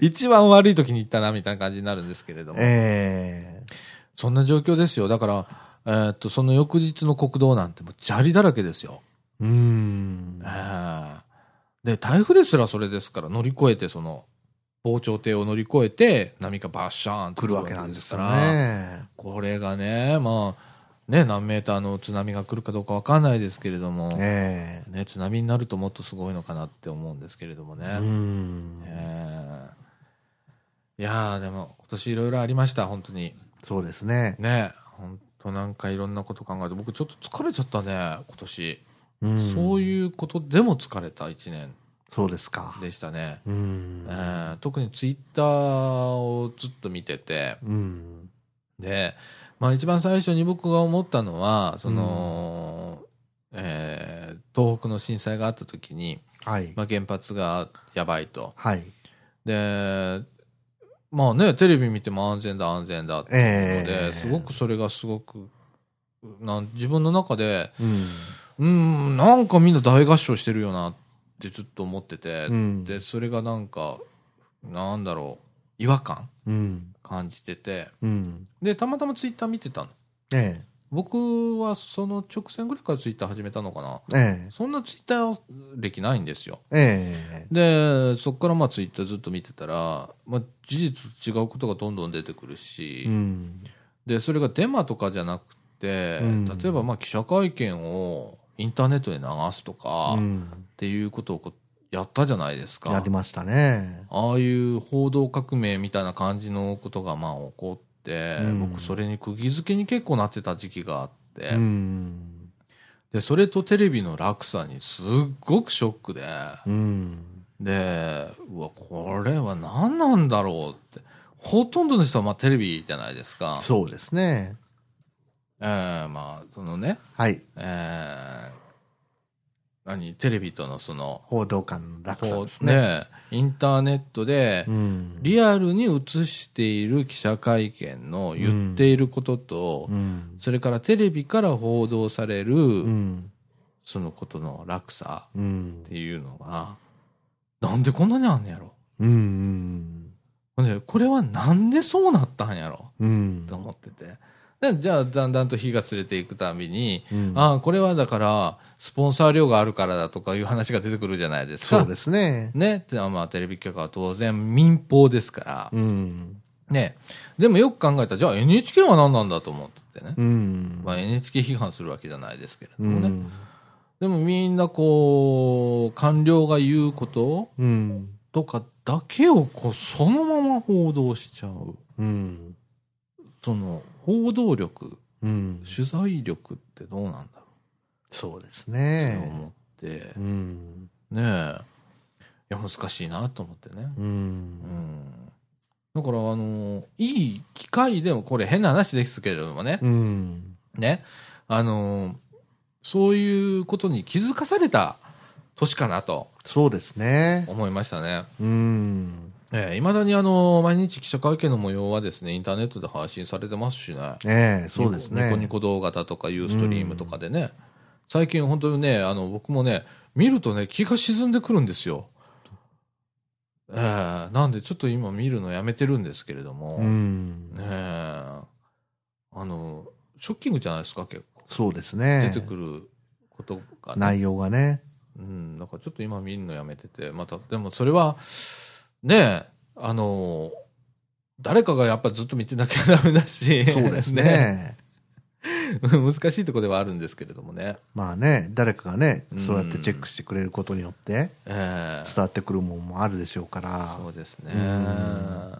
A: 一番悪い時に行ったなみたいな感じになるんですけれども
B: ええ
A: そんな状況ですよだから、えーっとその翌日の国道なんてもう砂利だらけですよ、
B: うん
A: え。えで台風ですらそれですから乗り越えてその防潮堤を乗り越えて波がバッシャーンと
B: 来るわけなんですよ
A: から
B: ね。
A: これがねまあね何メーターの津波が来るかどうかわかんないですけれども、
B: え
A: ね、津波になるともっとすごいのかなって思うんですけれどもね
B: え。。うん。
A: えーいやーでも今年いろいろありました本当に
B: そうですね。
A: ね本当なんかいろんなこと考えて僕ちょっと疲れちゃったね今年、
B: うん。
A: そう
B: う。
A: いうことでも疲れた1年
B: そうですか。
A: でしたね、
B: うん
A: え。ー特にツイッターをずっと見てて
B: うん。
A: で、まあ、一番最初に僕が思ったのはその、えー東北の震災があった時に、
B: はい。
A: まあ、原発がやばいと、
B: はい。
A: でまあねテレビ見ても安全だ安全だって
B: え
A: ので、
B: え
A: すごく。それがすごくなん自分の中で
B: うん。
A: うんなんかみんな大合唱してるよなってずっと思ってて、
B: うん。
A: でそれがなんかなんだろう違和感
B: うん。
A: 感じてて
B: うん。
A: でたまたまツイッター見てたの
B: え
A: 僕はその直線ぐらいからツイッター始めたのかな
B: え。え
A: そんなツイッター歴ないんですよ
B: え。え
A: でそこからまあツイッターずっと見てたら、まあ、事実と違うことがどんどん出てくるし
B: え。、うん。
A: でそれがデマとかじゃなくて、
B: うん
A: 例えばまあ記者会見をインターネットで流すとかっ
B: うん。
A: ていうことをこうやったじゃないですか、
B: やりましたね。
A: ああいう報道革命みたいな感じのことがまあ起こって、
B: うん
A: 僕それに釘付けに結構なってた時期があって、
B: うん。
A: でそれとテレビの落差にすっごくショックで。
B: うん。
A: で、うわ、これは何なんだろうって。ほとんどの人はまあテレビじゃないですか。
B: そうですね。
A: えーまあ、そのね、
B: はい。
A: えー何、テレビとのその、
B: 報道官の落差
A: こ
B: です
A: う
B: ね。
A: ね、インターネットで
B: う、ん。
A: リアルに映している記者会見の言っていることと、
B: うん。
A: それからテレビから報道される、
B: うん。
A: そのことの落差
B: うん。うん
A: っていうのが、なんでこんなにあんねやろ。
B: うん。
A: ほんで、これはなんでそうなったんやろ。
B: うん
A: と。思ってて。でじゃあ、だんだんと火が連れていくたびに、
B: うん
A: ああ、これはだから、スポンサー料があるからだとかいう話が出てくるじゃないですか。
B: そうですね。
A: ね。でまあ、テレビ局は当然民放ですから。
B: うん。
A: ね。でもよく考えたら、じゃあ NHK は何なんだと思っててね。
B: うん。
A: まあ、NHK 批判するわけじゃないですけれど
B: う
A: もね。
B: ん。
A: でもみんなこう、官僚が言うこと
B: うん。
A: とかだけをこう、そのまま報道しちゃう。
B: うん。
A: その、報道力
B: うん。
A: 取材力ってどうなんだろ
B: そうです
A: うって
B: ね。
A: 思って、
B: うん。
A: ねえいや難しいなと思ってね、
B: う。
A: うんん、だからあのいい機会でもこれ変な話ですけれどもね、
B: うん。
A: ねあのそういうことに気づかされた年かなと
B: そうですね。
A: 思いましたね。
B: うん。
A: ええ、未だにあの、毎日記者会見の模様はですね、インターネットで配信されてますしね。
B: ええ、そうですね。
A: ニコニコ動画だとか、ユーストリームとかでね、最近本当にね、あの、僕もね、見るとね、気が沈んでくるんですよ。ええなんでちょっと今見るのやめてるんですけれども、
B: う
A: ね
B: ん
A: えあの、ショッキングじゃないですか、結構。
B: そうです
A: 出
B: ね
A: てくることがね。
B: 内容がね
A: うん、だからちょっと今見るのやめてて、また、でもそれは、ねえ、あの、誰かがやっぱずっと見てなきゃダメだし、
B: そうで
A: <laughs>
B: すね
A: 難しいとこではあるんですけれどもね。
B: まあね誰かがね
A: うん
B: そうやってチェックしてくれることによって
A: ええ
B: 伝わってくるものもあるでしょうから
A: そうですね
B: うん。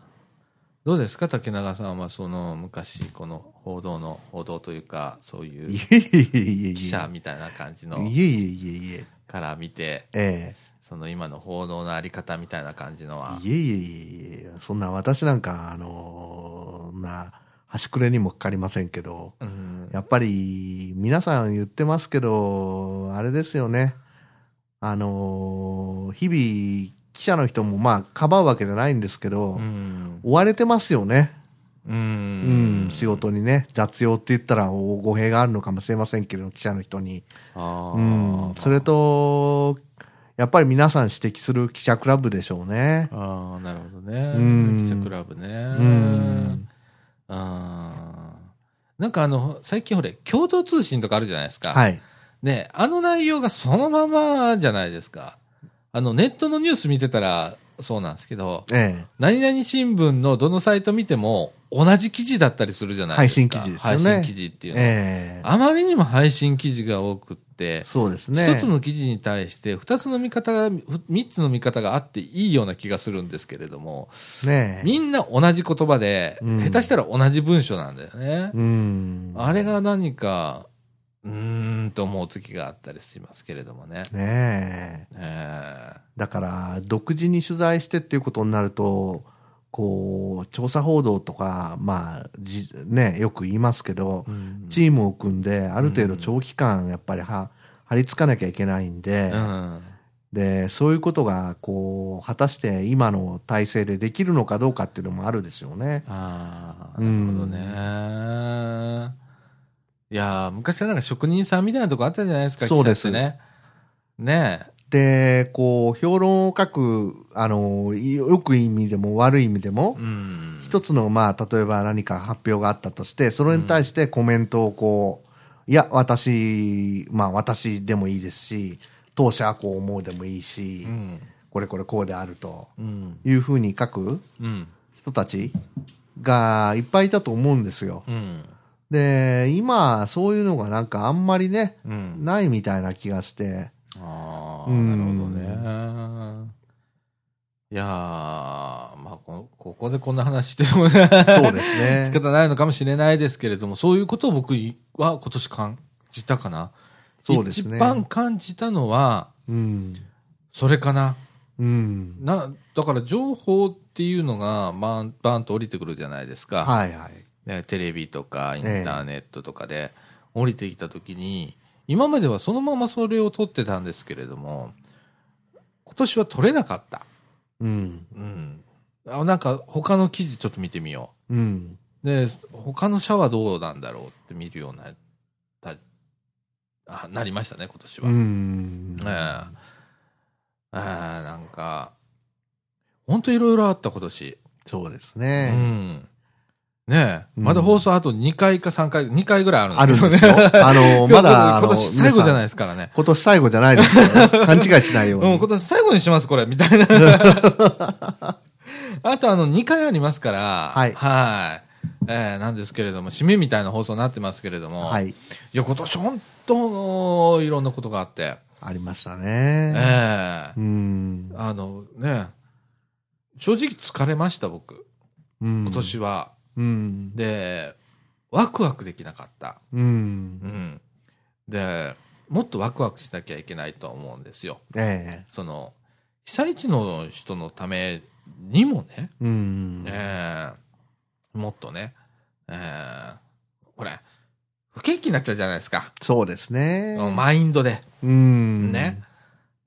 A: どうですか竹永さんはその昔この報道の報道というかそうい
B: いうえいえいえいえ
A: 記者みたいな感じの
B: いえいえいえいえ
A: から見て
B: ええ
A: その今の報道のあり方みたいな感じのはい
B: えいえいえいえそんな私なんかあのな端くれにもかかりませんけど
A: うん
B: やっぱり皆さん言ってますけどあれですよねあの日々記者の人もまあかばうわけじゃないんですけど、
A: うん
B: 追われてますよね、
A: う
B: うん
A: ん
B: 仕事にね雑用って言ったらお語弊があるのかもしれませんけど記者の人に、
A: あ
B: うん、
A: ー
B: それとやっぱり皆さん指摘する記者クラブでしょうね。
A: ああなるほどね
B: うん
A: 記者クラブね
B: うん
A: あーなんかあの最近ほれ共同通信とかあるじゃないですか
B: はい、
A: ね、あの内容がそのままじゃないですか。あの、ネットのニュース見てたらそうなんですけど、
B: え
A: 何々新聞のどのサイト見ても同じ記事だったりするじゃないですか。
B: 配信記事ですよね
A: 配信記事ってい
B: え
A: うのは。
B: ええ
A: あまりにも配信記事が多くって、
B: そうです
A: 一、
B: ね。
A: つの記事に対して二つの見方が、ふ三つの見方があっていいような気がするんですけれども、
B: ねえ
A: みんな同じ言葉で、
B: うん
A: 下手したら同じ文章なんだよね。
B: うん、
A: あれが何か、うーんと思う時があったりしますけれどもね。
B: ねえ
A: え
B: だから独自に取材してっていうことになるとこう調査報道とかまあじねよく言いますけど、
A: え
B: チームを組んである程度長期間やっぱりは張り付かなきゃいけないんで、
A: うん
B: でそういうことがこう果たして今の体制でできるのかどうかっていうのもあるですよね。
A: ああ、
B: う
A: なる
B: ん
A: ほどね。いやー、昔はなんか職人さんみたいなとこあったじゃないですか、
B: そうです
A: 記者ってね。ね
B: でこう評論を書くあのいよくいい意味でも悪い意味でも
A: え。うん。
B: 一つの、まあ、例えば何か発表があったとして、それに対してコメントをこう、いや、私、まあ、私でもいいですし、当社はこう思うでもいいし、
A: うん。
B: これこれこうであると
A: うん。
B: いうふうに書く
A: うん。
B: 人たちがいっぱいいたと思うんですよ。
A: うん。
B: で、今、そういうのがなんかあんまりね、
A: うん。
B: ないみたいな気
A: <laughs>
B: がして、
A: ああ、
B: うん
A: なるほどね。いやー、まあこ、ここでこんな話してもね、
B: そうです
A: <laughs> 仕
B: ね。
A: 方ないのかもしれないですけれども、そういうことを僕は今年感じたかな。
B: そうですね
A: 一番感じたのは、
B: うん。
A: それかな。
B: うん。
A: な、だから情報っていうのが、バン、バンと降りてくるじゃないですか。
B: はいはい。
A: ねテレビとか、インタ
B: ええ
A: ーネットとかで降りてきたときに、今まではそのままそれを取ってたんですけれども、今年は取れなかった。
B: うん。
A: うん。あなんか、他の記事ちょっと見てみよう。
B: うん。
A: で、他の社はどうなんだろうって見るようになった、あなりましたね、今年は。
B: う
A: え
B: ん。
A: えええなんか、本当いろいろあった今年。
B: そうです
A: う
B: ね。
A: ん。ねえ、
B: うん
A: まだ放送あと2回か3回、2回ぐらいあるん
B: あるんです
A: け <laughs>
B: よ
A: どね。。
B: あの、まだ、あ
A: 今
B: の
A: 年最後じゃない
B: い
A: ですからね。
B: 今年最後じゃないで
A: <laughs>
B: すよ。勘違いしないよう
A: うん、今
B: に。
A: 年最後にします、これ、みたい
B: <laughs>
A: な。あと、あの、2回ありますから、
B: はい
A: はい。えーなんですけれども、締めみたいな放送になってますけれども、。
B: はいい。
A: や、今年本当の、いろんなことがあって、
B: ありました
A: え
B: ね。
A: え
B: うん。
A: あの、ね、正直疲れました、僕、
B: 今
A: 今。年は。
B: うん。
A: で、ワクワクできなかった。
B: う。
A: うんん。で、もっとワクワクしなきゃいけないと思うんですよ。
B: ええ。
A: その、被災地の人のためにもね、
B: うん。
A: ええもっとね、ええほら、不景気になっちゃうじゃないですか。
B: そうですね。
A: マインドで。
B: うん。
A: ね。。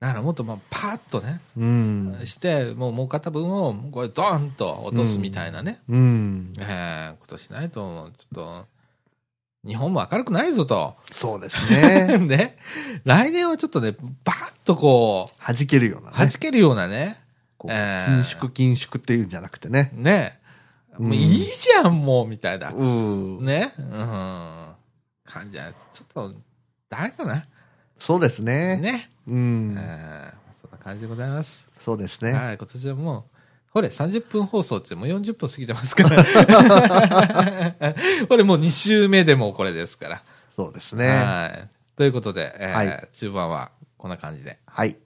A: だからもっとまあパーッとね、
B: うん。
A: して、もうもう片分をこれドーンと落とすみたいなね、
B: うん
A: え。えことしないと、ちょっと、日本も明るくないぞと。
B: そうです
A: <laughs>
B: ね。
A: ね。来年はちょっとね、バーッとこう、
B: 弾けるような
A: 弾
B: ね。
A: けるようなね。
B: こう
A: えー
B: 緊縮緊縮っていうんじゃなくてね。
A: ね。もういいじゃん、もう、みたいな。
B: うん。
A: ね。うん。感じは、ちょっと、誰かな。
B: そうですね。
A: ね。
B: う
A: うん
B: ん。
A: そんな感じでございます。
B: そうですね。
A: はい、今年はもう、ほれ、30分放送ってもう40分過ぎてます
B: <laughs>
A: から。 <laughs> これもう2週目でもうこれですから。
B: そうですね。
A: はい。ということで、えー
B: はい
A: 中盤はこんな感じで。
B: はい。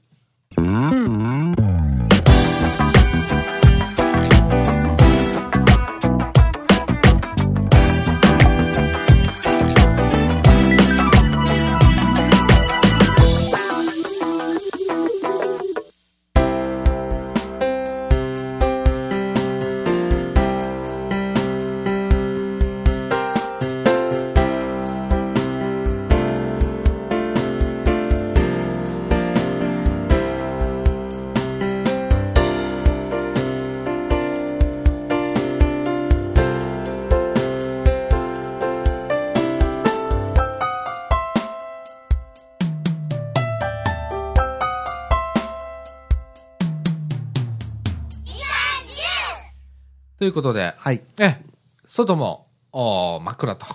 A: ということで、
B: はい。
A: え、外も、おー真っ暗と。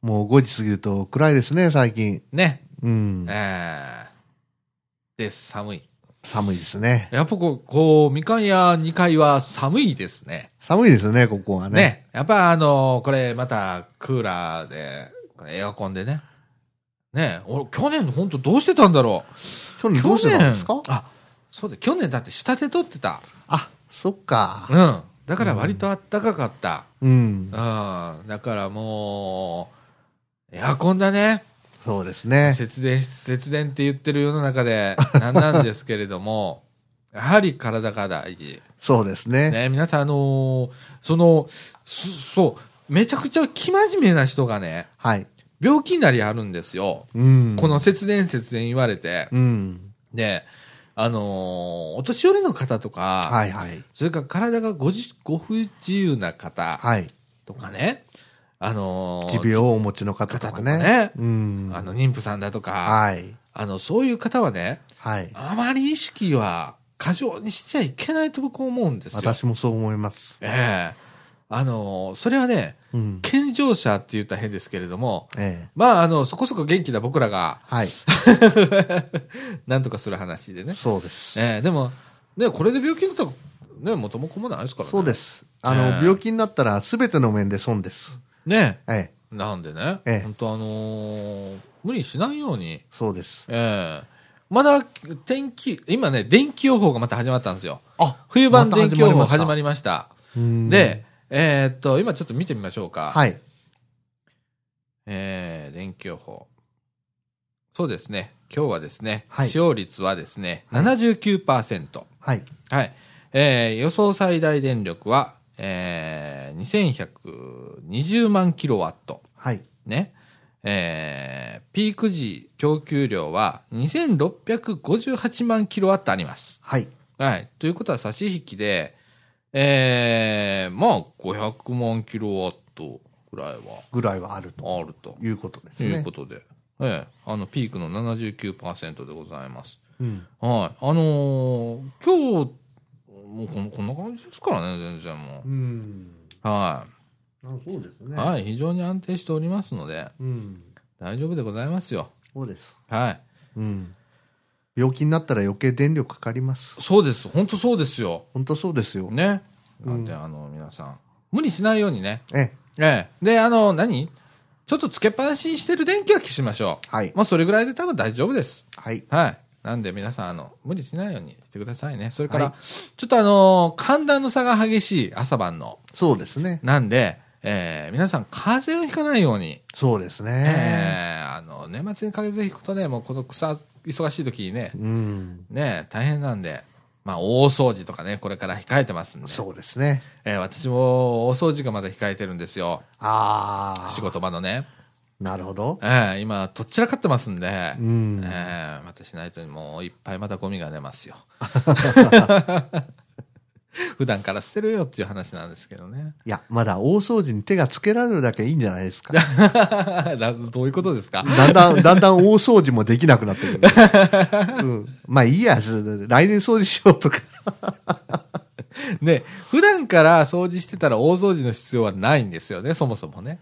B: もう5時過ぎると暗いですね、最近。
A: ね。
B: うん。
A: えー、で、寒い。
B: 寒いですね。
A: やっぱこう、こう、みかん屋2階は寒いですね。
B: 寒いですね、ここは
A: ね。
B: ね。
A: やっぱあのーこれまたクーラーで、これエアコンでね。ね俺、去年本当どうしてたんだろ
B: 去
A: う。
B: 年どうしてたんですか
A: 去年あ、そうだ、去年だって下手取ってた。
B: あ、そっか
A: う。ん。だから割と暖かかった。
B: うん。
A: うん。だからもう、エアコンだね。
B: そうですね。
A: 節電、節電って言ってる世の中で、なんなんですけれども、 <laughs> やはり体が大事。
B: そうですね。
A: ね、皆さん、あのーその、すそう、めちゃくちゃ生真面目な人がね、
B: はい。
A: 病気になりはるんですよ。
B: うん。
A: この節電節電言われて。
B: うん。
A: で、あのーお年寄りの方とか、
B: はいはい。
A: それから体がごじご不自由な方
B: はい。
A: とかね、あのー
B: 持病をお持ちの方とかね。
A: 方とかね
B: うん。
A: あの、妊婦さんだとか、
B: はい。
A: あの、そういう方はね、
B: はい。
A: あまり意識は過剰にしちゃいけないと僕は思うんですよ。
B: 私もそう思います。
A: ええあのーそれはね、
B: うん。
A: 健常者って言ったら変ですけれども、
B: ええ。
A: まあ、あの、そこそこ元気な僕らが、
B: はい。
A: なんとかする話でね。
B: そうです。
A: ええでも、ね、これで病気になったら、ね、元も子もないですからね。。
B: そうですす。あ
A: え
B: の、
A: え
B: 病気になったら全ての面で損です。
A: ね。
B: ええ。
A: なんでね、
B: ええ
A: 本当あのー無理しないように、
B: そうです。
A: ええまだ天気、今ね、電気予報がまた始まったんですよ。
B: あ
A: 冬版電気予報始ま
B: り
A: りました。
B: ま
A: で、、えーっと、今ちょっと見てみましょうか。
B: はい。
A: えー、電気予報。そうですね。今日はですね、
B: はい
A: 使用率はですね、79%。
B: はい。
A: はい。えー、予想最大電力は、えー、2120万キロワット。
B: はい。
A: ね。えー、ピーク時供給量は2658万キロワットあります。
B: はい。
A: はい。ということは差し引きで、えー、まあ500万キロワットぐらい
B: ぐらいはあると
A: はあると
B: いうことです
A: と
B: ね。
A: いうことで、ええ、あのピークの79%でございます。
B: うん。
A: はい。あのー今日、もうこんこんな感じですからね、全然も
B: う
A: う。
B: ん。
A: は
B: あそうです
A: い。
B: ね。
A: はい。非常に安定しておりますので、
B: うん。
A: 大丈夫でございますよ。
B: そうです。
A: はい。
B: うん。病気になったら余計電力かかります。
A: そうです。本当そうですよ。
B: 本当そうですよ。
A: ね。
B: うん
A: なんで、あの、皆さん、無理しないようにね。
B: ええ。
A: ええ。で、あの、何ちょっとつけっぱなしにしてる電気は消しましょう。
B: はい。
A: まあ、それぐらいで多分大丈夫です。
B: はい。
A: はい。なんで皆さん、あの、無理しないようにしてくださいね。それから、
B: はい
A: ちょっとあのー寒暖の差が激しい朝晩の。
B: そうですね。
A: なんで、えー、皆さん、風邪をひかないように。
B: そうですね。
A: えー、あの、年末に風邪をひくとね、もうこの草、忙しい時にね、
B: うん。
A: ね、大変なんで、まあ、大掃除とかね、これから控えてますんで。
B: そうですね。
A: えー、私も大掃除がまだ控えてるんですよ。
B: ああ。
A: 仕。事場のね。
B: なるほど
A: え。ー、今、とっちらかってますんで。
B: うん。 <laughs>
A: ええまたしないともういっぱいまたゴミが出ますよ。普段から捨てるよっていう話なんですけどね。 <laughs>
B: いや、まだ大掃除に手がつけられるだけいいんじゃないですか。
A: などういうことですか
B: だんだん、だ <laughs> んだん大掃除もできなくなってくる。うん、まあいいや、来年掃除しようとか。 <laughs>
A: ね、普段から掃除してたら大掃除の必要はないんですよね、そもそもね。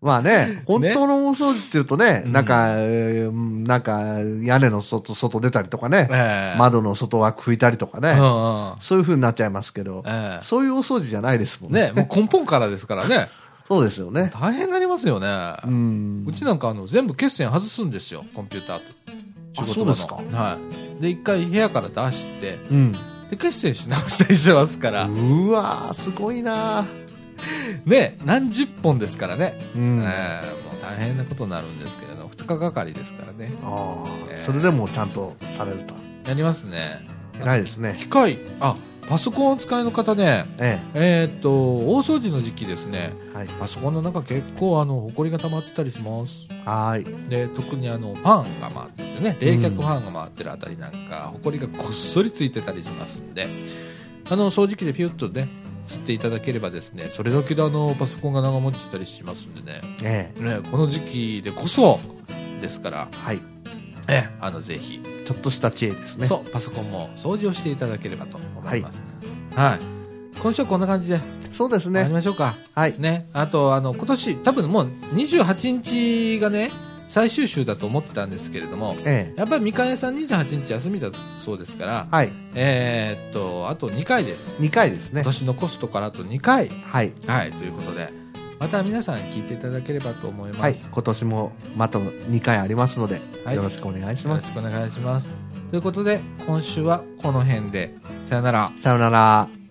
B: まあね、本当の大掃除っていうとね、なんか、えーなんか屋根の外、外出たりとかね、
A: ええ
B: 窓の外枠拭いたりとかね、
A: うんうん
B: そういう風になっちゃいますけど、
A: ええ
B: そういうお掃除じゃないですもんね。
A: ね、もう根本からですからね。
B: そうですよね。
A: 大変になりますよね。う
B: う。
A: んちなんかあの全部血栓外すんですよ、コンピューターと。仕事場
B: あそうで
A: の。はい。で、一回部屋から出して、
B: うん。
A: で、血栓し直したりしますから、
B: うわー、すごいな
A: ね、何十本ですからね。
B: ー
A: ええ
B: うん。
A: もう大変なことになるんですけれど、二日がかりですからね。
B: あー
A: ね
B: それでもちゃんとされると。
A: やりますね。
B: 偉いですね。
A: 機械、あ、パソコンをお使いの方ね、
B: え
A: えーっと、大掃除の時期ですね、
B: え。はい。
A: パソコンの中結構あの、埃が溜まってたりします。
B: はーい。
A: で、特にあの、ファンが回っててね、冷却ファンが回ってるあたりなんか、埃がこっそりついてたりしますんで、あの、掃除機でピュッとね、吸っていただければですね、それだけであの、パソコンが長持ちしたりしますんでね、
B: ええ。
A: ね、この時期でこそ、ですから、
B: はい。
A: ええあの、ぜひ、
B: ちょっとした知恵ですね。
A: そう、パソコンも掃除をしていただければと思います。はい。今週はこんな感じで、
B: そうです
A: やり
B: ね。
A: ましょうか。
B: はい。
A: ね。あと、あの、今年、多分もう28日がね、最終週だと思ってたんですけれども、
B: ええ。
A: やっぱりみかん屋さん28日休みだそうですから、
B: はい。
A: えーっと、あと2回です。
B: 2回ですね
A: 今。年のコストからあと2回。
B: はい。
A: はい、ということで、また皆さん聞いていただければと思いま
B: はい。
A: す。
B: 今年もまた2回ありますので、
A: はい
B: よろしくお願いし
A: よろ
B: ま
A: し
B: す。
A: くお願いします。ということで、今週はこの辺で、さよなら。
B: さよなら。